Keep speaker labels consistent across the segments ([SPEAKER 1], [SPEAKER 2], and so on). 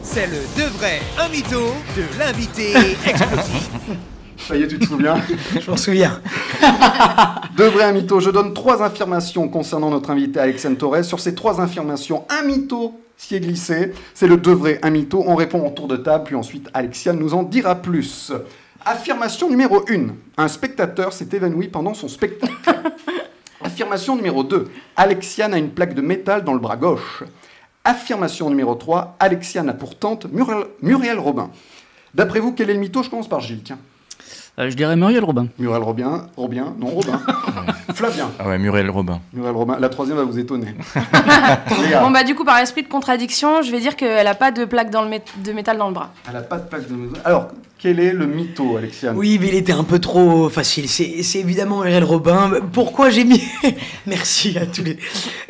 [SPEAKER 1] C'est le de vrai un mytho de l'invité explosif.
[SPEAKER 2] Ça y est, tu te souviens
[SPEAKER 3] Je m'en souviens.
[SPEAKER 2] De vrai un mytho, je donne trois affirmations concernant notre invité Alexandre Torres. Sur ces trois affirmations, un mytho s'y est glissé. C'est le de vrai un mytho. On répond en tour de table, puis ensuite Alexiane nous en dira plus. Affirmation numéro 1. Un spectateur s'est évanoui pendant son spectacle. Affirmation numéro 2. Alexiane a une plaque de métal dans le bras gauche. Affirmation numéro 3. Alexiane a pour tante Muriel, Muriel Robin. D'après vous, quel est le mytho Je commence par Gilles, tiens.
[SPEAKER 4] Euh, je dirais Muriel Robin.
[SPEAKER 2] Muriel Robin, Robin, non Robin. Flavien.
[SPEAKER 5] Ah ouais, Muriel Robin.
[SPEAKER 2] Muriel Robin, la troisième va vous étonner.
[SPEAKER 6] Bon
[SPEAKER 3] ben-
[SPEAKER 2] Léa,
[SPEAKER 6] bah du coup par esprit de contradiction, je vais dire qu'elle a pas de plaque dans le mét- de métal dans le bras.
[SPEAKER 2] elle n'a pas de plaque de Alors, quel est le mytho, Alexiane
[SPEAKER 3] Oui, mais il était un peu trop facile. C'est c'est évidemment Muriel Robin. Pourquoi j'ai mis. Merci à tous les.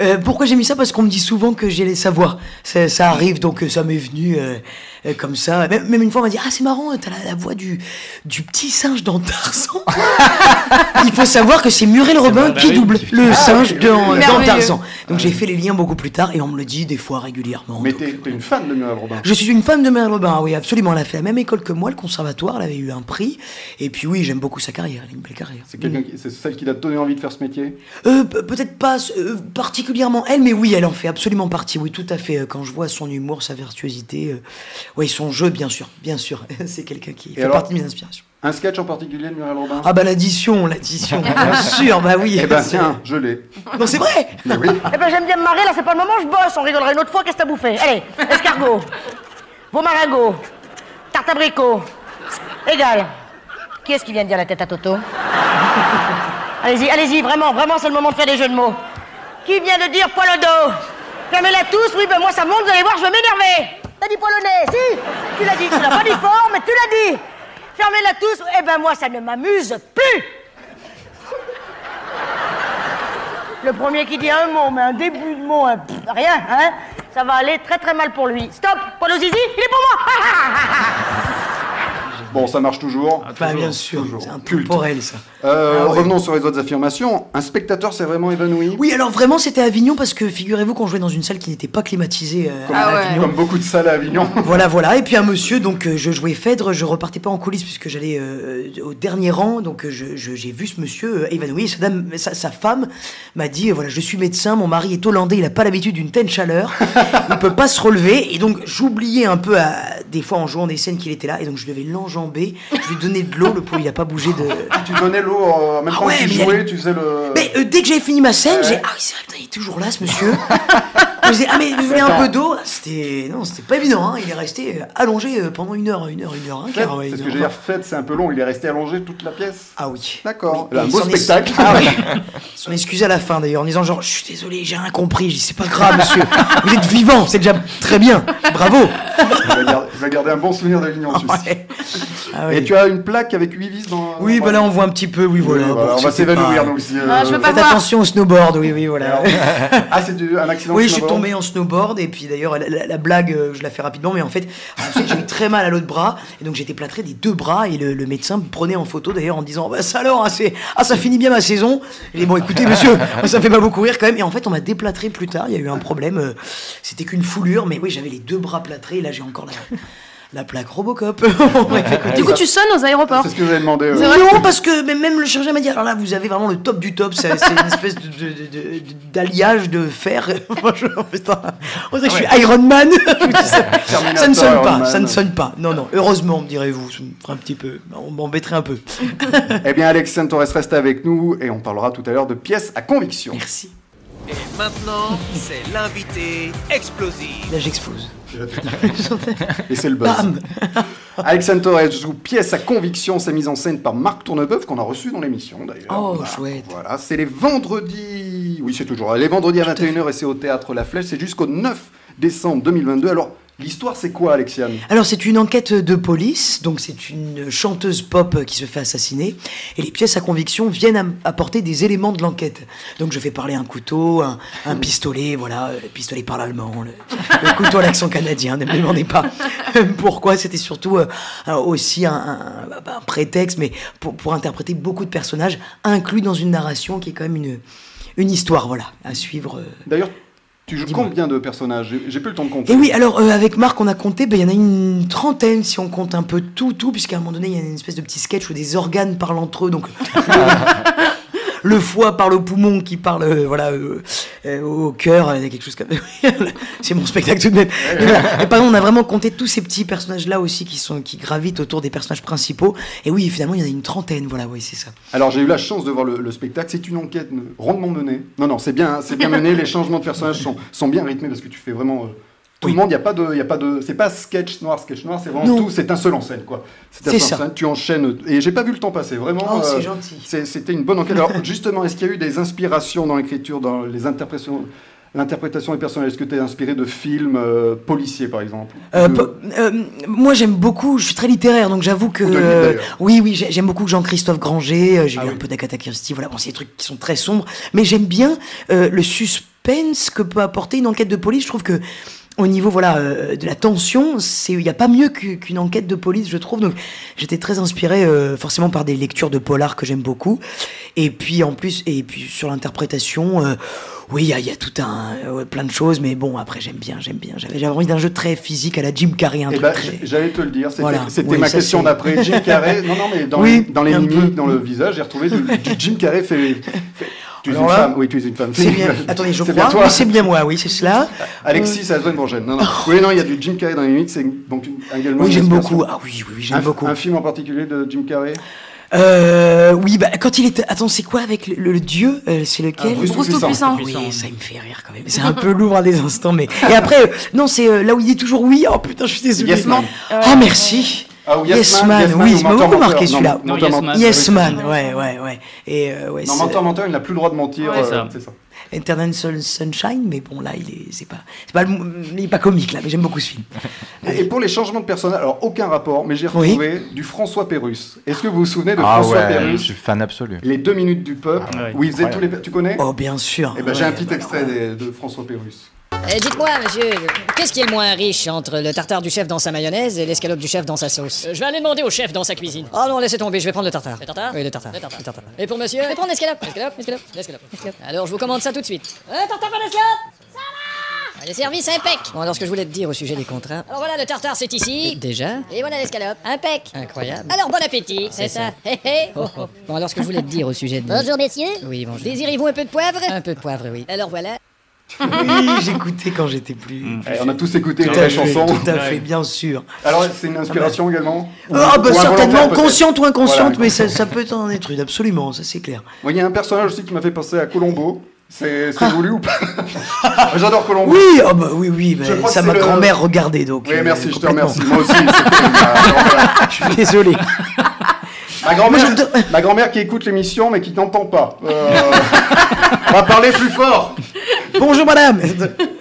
[SPEAKER 3] Euh, pourquoi j'ai mis ça Parce qu'on me dit souvent que j'ai les savoirs. Ça, ça arrive, donc euh, ça m'est venu euh, euh, comme ça. Même, même une fois, on m'a dit Ah, c'est marrant, euh, t'as la, la voix du, du petit singe dans Tarzan. il faut savoir que c'est Muriel Robin
[SPEAKER 7] bah
[SPEAKER 3] qui
[SPEAKER 7] oui,
[SPEAKER 3] double
[SPEAKER 7] qui fait-
[SPEAKER 3] le singe
[SPEAKER 2] oui, oui,
[SPEAKER 3] dans,
[SPEAKER 2] oui.
[SPEAKER 3] dans
[SPEAKER 6] Merveilleux.
[SPEAKER 3] Tarzan. Donc j'ai fait les liens beaucoup plus tard et on me le dit des fois régulièrement.
[SPEAKER 2] Mais
[SPEAKER 3] Donc,
[SPEAKER 2] t'es t'es une fan de Muriel Robin.
[SPEAKER 3] Je suis une femme de Muriel Robin, Ah oui, absolument. Elle a fait la même école que moi, le conservatoire, elle avait eu un prix. Et puis oui, j'aime beaucoup sa carrière, elle a une belle carrière.
[SPEAKER 2] C'est quelqu'un qui- c'est celle qui t'a donné envie de faire ce métier
[SPEAKER 3] Euh, pe- Peut-être pas euh, particulièrement elle, mais oui, elle en fait absolument partie, oui, tout à fait. Euh, Quand je vois son humour, sa virtuosité, euh, oui, son jeu, bien sûr, bien sûr. C'est quelqu'un qui fait
[SPEAKER 2] alors
[SPEAKER 3] partie de mes inspirations.
[SPEAKER 2] Un sketch en particulier de Muriel Robin
[SPEAKER 3] Ah bah l'addition, l'addition, bien sûr, bah oui.
[SPEAKER 2] Eh ben tiens, je l'ai.
[SPEAKER 3] Non, c'est vrai
[SPEAKER 2] Mais oui.
[SPEAKER 8] Eh ben j'aime bien me marrer, là c'est pas le moment, je bosse, on rigolera une autre fois, qu'est-ce que t'as bouffé Allez, escargot, vos maringots, tarte abricot, égal. Qui est-ce qui vient de dire la tête à Toto Allez-y, allez-y, vraiment, vraiment c'est le moment de faire des jeux de mots. Qui vient de dire poil au dos Fermez-la tous, oui ben moi ça monte, vous allez voir, je vais m'énerver T'as dit poil au nez, si Tu l'as dit, tu l'as pas dit fort, mais tu l'as dit Fermez-la tous, eh ben moi ça ne m'amuse plus Le premier qui dit un mot, mais un début de mot, un pff, rien, hein, ça va aller très très mal pour lui. Stop, Paul Zizi, il est pour moi Ah, ah, ah, ah.
[SPEAKER 2] Bon, ça marche toujours.
[SPEAKER 3] Bah bien sûr,
[SPEAKER 2] toujours.
[SPEAKER 3] c'est
[SPEAKER 2] Culte.
[SPEAKER 3] intemporel ça.
[SPEAKER 2] Euh,
[SPEAKER 3] Ah ouais.
[SPEAKER 2] Revenons sur les autres affirmations. Un spectateur s'est vraiment évanoui
[SPEAKER 3] Oui, alors vraiment, c'était à Avignon parce que figurez-vous qu'on jouait dans une salle qui n'était pas climatisée euh,
[SPEAKER 2] Comme-
[SPEAKER 3] à
[SPEAKER 6] Ah ouais.
[SPEAKER 3] Avignon.
[SPEAKER 2] Comme beaucoup de salles à Avignon.
[SPEAKER 3] Voilà, voilà. Et puis un monsieur, donc euh, je jouais Phèdre, je repartais pas en coulisses puisque j'allais euh, euh, au dernier rang, donc euh, je- je- j'ai vu ce monsieur euh, évanoui. Sa, dame- sa, sa femme m'a dit euh, voilà, je suis médecin, mon mari est hollandais, il a pas l'habitude d'une telle chaleur, il peut pas se relever. Et donc j'oubliais un peu, à- des fois en jouant des scènes qu'il était là, et donc je devais l'enjamber, je lui donnais de l'eau, le pauvre il a pas bougé de.
[SPEAKER 2] tu donnais l'eau euh, en même
[SPEAKER 3] Ah
[SPEAKER 2] temps
[SPEAKER 3] ouais,
[SPEAKER 2] que tu
[SPEAKER 3] mais
[SPEAKER 2] jouais,
[SPEAKER 3] elle-
[SPEAKER 2] tu faisais le.
[SPEAKER 3] Mais euh, dès que j'avais fini ma scène,
[SPEAKER 2] Ouais.
[SPEAKER 3] j'ai ah oui c'est vrai, putain, il est toujours là ce monsieur. je disais ah mais je voulais un
[SPEAKER 2] Attends.
[SPEAKER 3] peu d'eau. C'était non c'était pas évident. hein. Il est resté euh, allongé euh, pendant une heure, une heure, une heure, hein, un
[SPEAKER 2] Fête,
[SPEAKER 3] quart.
[SPEAKER 2] c'est
[SPEAKER 3] ouais, une
[SPEAKER 2] ce
[SPEAKER 3] heure,
[SPEAKER 2] que j'ai
[SPEAKER 3] enfin.
[SPEAKER 2] dire, fête, c'est un peu long, il est resté allongé toute la pièce.
[SPEAKER 3] Ah oui.
[SPEAKER 2] D'accord.
[SPEAKER 3] Oui,
[SPEAKER 2] Un
[SPEAKER 3] il
[SPEAKER 2] beau
[SPEAKER 3] s'en est-
[SPEAKER 2] spectacle.
[SPEAKER 3] Ah ouais. Ils s'en excusaient à la fin d'ailleurs en disant genre je suis désolé j'ai rien compris. Je dis c'est pas grave monsieur. Vous êtes vivant c'est déjà très bien. Bravo.
[SPEAKER 2] Il va garder- il va garder un bon souvenir d'Avignon en Suisse.
[SPEAKER 3] Ouais. Ah ouais.
[SPEAKER 2] Et tu as une plaque avec 8 vis dans.
[SPEAKER 3] Oui
[SPEAKER 2] dans-
[SPEAKER 3] bah là on voit un petit peu oui voilà.
[SPEAKER 2] Oui,
[SPEAKER 3] bon,
[SPEAKER 2] on va
[SPEAKER 3] c'était
[SPEAKER 2] s'évanouir
[SPEAKER 3] pas-
[SPEAKER 2] nous aussi. euh,
[SPEAKER 6] Ah, je peux pas
[SPEAKER 3] Faites
[SPEAKER 6] voir.
[SPEAKER 3] attention au snowboard oui oui voilà.
[SPEAKER 2] Alors, ah, c'est du- un accident
[SPEAKER 3] Oui,
[SPEAKER 2] de
[SPEAKER 3] je suis
[SPEAKER 2] snowboard.
[SPEAKER 3] tombé en snowboard et puis d'ailleurs la, la- la blague, euh, je la fais rapidement, mais en fait, ensuite, j'ai eu très mal à l'autre bras et donc j'étais plâtré des deux bras et le, le médecin me prenait en photo d'ailleurs en disant bah ça alors, ah, c'est- ah, ça finit bien ma saison. Et bon, écoutez monsieur, ça me fait pas beaucoup rire quand même. Et en fait, on m'a déplâtré plus tard. Il y a eu un problème, euh, c'était qu'une foulure, mais oui, j'avais les deux bras plâtrés. Et là, j'ai encore la, la plaque Robocop. On m'a fait
[SPEAKER 2] Ah,
[SPEAKER 3] écouter.
[SPEAKER 6] Du coup tu sonnes aux aéroports.
[SPEAKER 2] C'est ce que j'avais demandé. euh.
[SPEAKER 3] Non, parce que même- même le chirurgien m'a dit alors là, vous avez vraiment le top du top, c'est c'est une espèce de- de- de- de- d'alliage de, fer. Moi, je, putain, on dirait que je suis Iron Man. Je me dis, ça, ça ne sonne
[SPEAKER 2] Ah Terminator,
[SPEAKER 3] pas,
[SPEAKER 2] Iron
[SPEAKER 3] ça
[SPEAKER 2] Man.
[SPEAKER 3] ne sonne pas. Non, non, heureusement, me direz-vous, ça me ferait un petit peu, on m'embêterait un peu.
[SPEAKER 2] Eh bien, Alexandre Torres reste avec nous et on parlera tout à l'heure de pièces à conviction.
[SPEAKER 3] Merci.
[SPEAKER 1] Et maintenant, c'est l'invité explosif.
[SPEAKER 3] Là, j'explose.
[SPEAKER 2] Et c'est le buzz.
[SPEAKER 3] Bam
[SPEAKER 2] Alexandre Torres joue pièce à conviction. C'est mise en scène par Marc Tournebeuf qu'on a reçu dans l'émission d'ailleurs.
[SPEAKER 3] Oh,
[SPEAKER 2] Voilà.
[SPEAKER 3] chouette.
[SPEAKER 2] Voilà, c'est les vendredis. Oui, c'est toujours les vendredis à 21h et c'est au théâtre La Flèche. C'est jusqu'au 9 décembre 2022. Alors, l'histoire, c'est quoi, Alexiane
[SPEAKER 3] Alors c'est une enquête de police, donc c'est une chanteuse pop qui se fait assassiner, et les pièces à conviction viennent am- apporter des éléments de l'enquête. Donc je fais parler un couteau, un, un pistolet, voilà, euh, le pistolet parle allemand, le, le couteau à l'accent canadien, ne me demandez pas pourquoi, c'était surtout euh, un- aussi un, un- bah, bah, un prétexte, mais pour, pour interpréter beaucoup de personnages inclus dans une narration qui est quand même une, une histoire, voilà, à suivre. euh,
[SPEAKER 2] D'ailleurs, tu Tu joues
[SPEAKER 3] Dis-moi.
[SPEAKER 2] combien de personnages J'ai- J'ai plus le temps de compter.
[SPEAKER 3] Et oui, alors euh, avec Marc, on a compté, ben, il y en a une trentaine si on compte un peu tout, tout, puisqu'à un moment donné, il y a une espèce de petit sketch où des organes parlent entre eux, donc le foie parle au poumon qui parle, euh, voilà, euh, euh, au cœur, euh, il y a quelque chose comme C'est mon spectacle tout de même. Et pardon, on a vraiment compté tous ces petits personnages-là aussi qui, sont, qui gravitent autour des personnages principaux. Et oui, finalement, il y en a une trentaine, voilà, oui, c'est ça.
[SPEAKER 2] Alors j'ai eu la chance de voir le, le spectacle. C'est une enquête euh, rondement menée. Non, non, c'est bien, hein, c'est bien mené. Les changements de personnages sont, sont bien rythmés parce que tu fais vraiment. euh, tout le monde, il n'y a pas de. il Y a pas de c'est pas sketch noir, sketch noir, c'est vraiment
[SPEAKER 3] Non.
[SPEAKER 2] tout. C'est un seul en scène, quoi. un
[SPEAKER 3] C'est
[SPEAKER 2] seul en
[SPEAKER 3] ça.
[SPEAKER 2] scène, Tu enchaînes. Et j'ai pas vu le temps passer, vraiment. euh,
[SPEAKER 3] Oh, c'est gentil.
[SPEAKER 2] c'est- C'était une bonne enquête. Alors, justement, est-ce qu'il y a eu des inspirations dans l'écriture, dans les interprétations L'interprétation des personnages, est-ce que tu es inspiré de films euh, policiers, par exemple
[SPEAKER 3] Euh,
[SPEAKER 2] De-
[SPEAKER 3] po- euh, moi j'aime beaucoup, je suis très littéraire, donc j'avoue que...
[SPEAKER 2] Ou de livres,
[SPEAKER 3] euh,
[SPEAKER 2] d'ailleurs.
[SPEAKER 3] oui, oui, j'ai- j'aime beaucoup Jean-Christophe Granger, euh, j'ai
[SPEAKER 2] Ah
[SPEAKER 3] lu
[SPEAKER 2] oui.
[SPEAKER 3] un peu d'Akata Christie, voilà, bon, c'est des trucs qui sont très sombres, mais j'aime bien euh, le suspense que peut apporter une enquête de police, je trouve que... Au niveau voilà euh, de la tension, c'est- il n'y a pas mieux que- qu'une enquête de police, je trouve. Donc j'étais très inspiré euh, forcément par des lectures de polar que j'aime beaucoup. Et puis en plus et puis sur l'interprétation, euh, oui il y a- il y, a tout un euh, ouais, plein de choses, mais bon après j'aime bien, j'aime bien. J'avais j'avais envie d'un jeu très physique à la Jim Carrey, un
[SPEAKER 2] Eh
[SPEAKER 3] truc
[SPEAKER 2] ben,
[SPEAKER 3] très-
[SPEAKER 2] j- j'allais te le dire, c'était
[SPEAKER 3] Voilà.
[SPEAKER 2] c'était
[SPEAKER 3] Oui,
[SPEAKER 2] ma
[SPEAKER 3] ça,
[SPEAKER 2] question
[SPEAKER 3] c'est-
[SPEAKER 2] d'après. Jim Carrey, non, non, mais dans
[SPEAKER 3] Oui,
[SPEAKER 2] les, dans les
[SPEAKER 3] un
[SPEAKER 2] mimiques,
[SPEAKER 3] peu.
[SPEAKER 2] dans le visage, j'ai retrouvé du, du Jim Carrey fait. fait- tu es
[SPEAKER 3] Alors
[SPEAKER 2] une
[SPEAKER 3] là,
[SPEAKER 2] femme, oui, tu es une femme.
[SPEAKER 3] C'est bien. Attendez, je
[SPEAKER 2] C'est
[SPEAKER 3] crois.
[SPEAKER 2] bien toi. Ah,
[SPEAKER 3] Oui, c'est bien moi, oui, c'est cela.
[SPEAKER 2] Alexis, c'est la semaine prochaine. Non, non. Oui, non, il y a du Jim Carrey dans les mimiques, c'est donc une- également.
[SPEAKER 3] Oui,
[SPEAKER 2] une
[SPEAKER 3] j'aime
[SPEAKER 2] inspiration.
[SPEAKER 3] beaucoup. Ah oui, oui, oui,
[SPEAKER 2] Un,
[SPEAKER 3] j'aime beaucoup.
[SPEAKER 2] un film en particulier de Jim Carrey
[SPEAKER 3] Euh, oui, bah, quand il était. Attends, c'est quoi avec le, le dieu euh, C'est lequel Ah
[SPEAKER 2] Bruce
[SPEAKER 6] Bruce
[SPEAKER 2] Tout-Puissant.
[SPEAKER 6] Tout-Puissant.
[SPEAKER 3] Oui, ça il me fait rire quand même. C'est un peu lourd à des instants, mais. Et après, euh, non, c'est euh, là où il dit toujours oui. Oh putain, je suis désolé.
[SPEAKER 2] Yes Man.
[SPEAKER 3] Oh merci.
[SPEAKER 2] Ah, ou Yes Man,
[SPEAKER 3] Man,
[SPEAKER 2] Yes Man
[SPEAKER 3] oui,
[SPEAKER 2] ou
[SPEAKER 3] il m'a
[SPEAKER 2] Menteur,
[SPEAKER 3] beaucoup
[SPEAKER 2] Menteur.
[SPEAKER 3] marqué
[SPEAKER 2] Non,
[SPEAKER 3] celui-là.
[SPEAKER 2] Non,
[SPEAKER 4] Yes
[SPEAKER 2] Menteur,
[SPEAKER 4] Man.
[SPEAKER 3] Yes
[SPEAKER 4] oui.
[SPEAKER 3] Man, ouais, ouais, ouais. Et euh, ouais,
[SPEAKER 2] Non,
[SPEAKER 3] c'est-
[SPEAKER 2] menteur, menteur, il n'a plus le droit de mentir.
[SPEAKER 4] Ouais,
[SPEAKER 2] euh,
[SPEAKER 4] ça.
[SPEAKER 2] c'est ça.
[SPEAKER 3] Eternal Sun- Sunshine, mais bon là, il est, c'est pas, c'est pas, le- il est pas comique là, mais j'aime beaucoup ce film.
[SPEAKER 2] Et, et pour les changements de personnage, alors aucun rapport, mais j'ai
[SPEAKER 3] Oui.
[SPEAKER 2] retrouvé du François Pérus. Est-ce que vous vous souvenez de
[SPEAKER 5] Ah
[SPEAKER 2] François
[SPEAKER 5] ouais, je
[SPEAKER 2] Pérus
[SPEAKER 5] suis fan absolu.
[SPEAKER 2] Les deux minutes du peuple,
[SPEAKER 4] Ah ouais,
[SPEAKER 2] où il faisait tous les.
[SPEAKER 5] incroyable.
[SPEAKER 2] Tu connais
[SPEAKER 3] Oh bien sûr.
[SPEAKER 2] Eh ben, j'ai
[SPEAKER 3] Ouais.
[SPEAKER 2] un petit extrait des- de François Pérus.
[SPEAKER 7] Euh, Dites-moi, monsieur, qu'est-ce qui est le moins riche entre le tartare du chef dans sa mayonnaise et l'escalope du chef dans sa sauce Euh, Je vais aller demander au chef dans sa cuisine. Oh non, laissez tomber, je vais prendre le tartare. Le tartare Oui, le tartare. Le tartare. Et pour monsieur Je vais prendre l'escalope. L'escalope L'escalope L'escalope. Alors, je vous commande ça tout de suite. Euh, tartare pas d'escalope Ah, le service impec Bon, alors ce que je voulais te dire au sujet des contrats. Alors voilà, le tartare c'est ici. Déjà. Et voilà l'escalope. Impec Incroyable. Alors bon appétit C'est ça. Hé hé Bon, alors ce que je voulais te dire au sujet de. Bonjour messieurs Oui, bonjour. Désirez-vous un peu de poivre Un peu de poivre, oui. Alors voilà.
[SPEAKER 3] Oui, j'écoutais quand j'étais plus.
[SPEAKER 2] Eh, on a tous écouté
[SPEAKER 3] Tout
[SPEAKER 2] la
[SPEAKER 3] à fait,
[SPEAKER 2] chanson.
[SPEAKER 3] tout à fait, bien sûr.
[SPEAKER 2] Alors, c'est une inspiration également
[SPEAKER 3] Euh, Ah bah
[SPEAKER 2] Ou
[SPEAKER 3] certainement,
[SPEAKER 2] involontaire, peut-être
[SPEAKER 3] consciente ou inconsciente,
[SPEAKER 2] Voilà.
[SPEAKER 3] mais ça, ça peut être un être absolument, ça c'est clair.
[SPEAKER 2] Moi, Il y a un personnage aussi qui m'a fait penser à Colombo. C'est c'est voulu ou pas J'adore Colombo.
[SPEAKER 3] Ah. Oui, ah bah oui, oui, bah,
[SPEAKER 2] Je crois que
[SPEAKER 3] ça
[SPEAKER 2] c'est
[SPEAKER 3] ma
[SPEAKER 2] le-
[SPEAKER 3] grand-mère regardait donc.
[SPEAKER 2] Oui,
[SPEAKER 3] euh,
[SPEAKER 2] merci, je te
[SPEAKER 3] complètement.
[SPEAKER 2] remercie. Moi aussi. c'était ma-
[SPEAKER 3] Je suis désolé.
[SPEAKER 2] Ma grand-mère
[SPEAKER 3] Moi, j'adore-
[SPEAKER 2] ma grand-mère qui écoute l'émission mais qui n'entend pas. Euh, On va parler plus fort.
[SPEAKER 3] Bonjour madame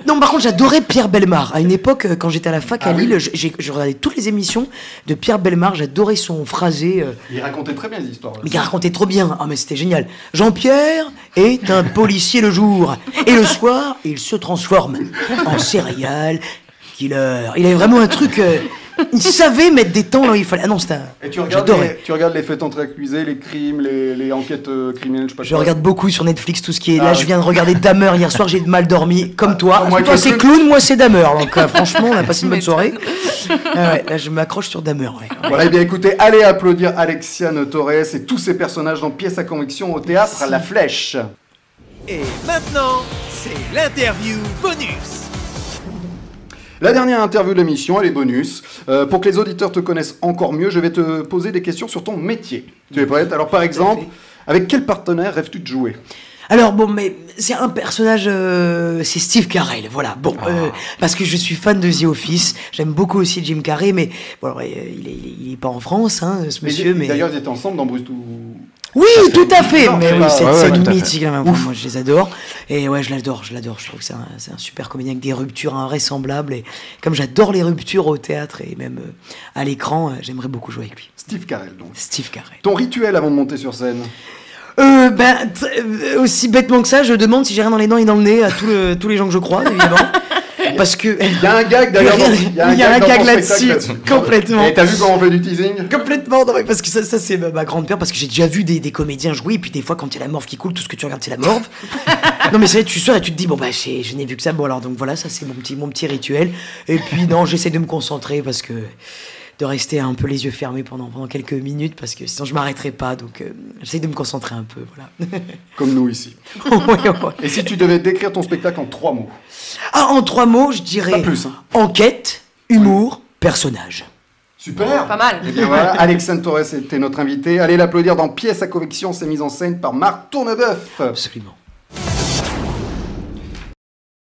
[SPEAKER 3] Non, par contre, j'adorais Pierre Belmar. À une époque, euh, quand j'étais à la fac à
[SPEAKER 2] Ah oui.
[SPEAKER 3] Lille, j'ai- j'ai- je regardais toutes les émissions de Pierre Belmar, j'adorais son phrasé. euh,
[SPEAKER 2] Il racontait très bien les histoires.
[SPEAKER 3] Mais il racontait trop bien. Ah, mais c'était génial. Jean-Pierre est un policier le jour. Et le soir, il se transforme en céréales killer. Il avait vraiment un truc. euh, il savait mettre des temps là où il fallait. Ah non, c'était un.
[SPEAKER 2] Et tu regardes,
[SPEAKER 3] J'adorais.
[SPEAKER 2] les, tu regardes les faits entre accusés, les crimes, les, les enquêtes euh, criminelles, je sais pas
[SPEAKER 3] Je
[SPEAKER 2] quoi.
[SPEAKER 3] regarde beaucoup sur Netflix tout ce qui est.
[SPEAKER 2] Ah
[SPEAKER 3] Là,
[SPEAKER 2] ouais.
[SPEAKER 3] je viens de regarder Damer hier soir, j'ai mal dormi, comme toi.
[SPEAKER 2] Ah, moi,
[SPEAKER 3] toi,
[SPEAKER 2] avec le
[SPEAKER 3] c'est
[SPEAKER 2] clown.
[SPEAKER 3] clown, moi, c'est Damer. Donc, euh, franchement, on a passé une bonne soirée. Ah ouais, là, je m'accroche sur Damer. ouais.
[SPEAKER 2] Voilà, eh bien écoutez, allez applaudir Alexiane Torres et tous ses personnages dans Pièce à conviction au théâtre La Flèche.
[SPEAKER 1] Et maintenant, c'est l'interview bonus.
[SPEAKER 2] La dernière interview de l'émission, elle est bonus. Euh, pour que les auditeurs te connaissent encore mieux, je vais te poser des questions sur ton métier. Tu es prête Alors par exemple, avec quel partenaire rêves-tu de jouer
[SPEAKER 3] Alors bon, mais c'est un personnage, euh, c'est Steve Carell, voilà. Bon, euh, parce que je suis fan de The Office, j'aime beaucoup aussi Jim Carrey, mais bon, alors, euh, il, est, il est- il est pas en France, hein, ce monsieur, mais
[SPEAKER 2] D'ailleurs, ils étaient ensemble dans Bruce ou-
[SPEAKER 3] oui, tout à fait.
[SPEAKER 2] Non,
[SPEAKER 3] mais
[SPEAKER 2] c'est
[SPEAKER 3] oui,
[SPEAKER 2] pas-
[SPEAKER 3] c'est
[SPEAKER 5] ouais, ouais,
[SPEAKER 3] c'est
[SPEAKER 5] tout à
[SPEAKER 3] du
[SPEAKER 5] fait.
[SPEAKER 3] mythique, là, moi, moi, je les adore. Et ouais, je l'adore, je l'adore. Je trouve que c'est un, c'est un super comédien avec des ruptures invraisemblables. Et comme j'adore les ruptures au théâtre et même euh, à l'écran, euh, j'aimerais beaucoup jouer avec lui.
[SPEAKER 2] Steve Carell, donc.
[SPEAKER 3] Steve Carell.
[SPEAKER 2] Ton rituel avant de monter sur scène
[SPEAKER 3] Euh, ben, t- euh, aussi bêtement que ça, je demande si j'ai rien dans les dents et dans le nez à tout le- tous les gens que je croise, évidemment. Parce que.
[SPEAKER 2] Il y a un gag d'ailleurs. dans-
[SPEAKER 3] Il y a un
[SPEAKER 2] dans
[SPEAKER 3] gag
[SPEAKER 2] ton
[SPEAKER 3] là-dessus,
[SPEAKER 2] spectacle là-dessus.
[SPEAKER 3] complètement.
[SPEAKER 2] Et t'as vu comment on fait du teasing
[SPEAKER 3] Complètement, non, mais parce que ça, ça c'est ma, ma grande peur, parce que j'ai déjà vu des, des comédiens jouer, et puis des fois, quand il y a la morve qui coule, tout ce que tu regardes, c'est la morve. non, mais c'est vrai, tu sors et tu te dis, bon, bah, j'ai- je n'ai vu que ça, bon, alors, donc voilà, ça, c'est mon petit, mon petit rituel. Et puis, non, j'essaie de me concentrer, parce que. de rester un peu les yeux fermés pendant, pendant quelques minutes, parce que sinon, je m'arrêterai pas, donc euh, j'essaie de me concentrer un peu,
[SPEAKER 2] Comme nous ici.
[SPEAKER 3] voilà. Ouais, ouais.
[SPEAKER 2] Et si tu devais décrire ton spectacle en trois mots
[SPEAKER 3] ah, en trois mots, je dirais.
[SPEAKER 2] Pas plus, hein.
[SPEAKER 3] Enquête, humour, personnage.
[SPEAKER 2] Super
[SPEAKER 6] Pas mal.
[SPEAKER 2] Et bien voilà, Alexandre Torres était notre invité. Allez l'applaudir dans Pièce à conviction, c'est mise en scène par Marc Tournebeuf.
[SPEAKER 3] Absolument.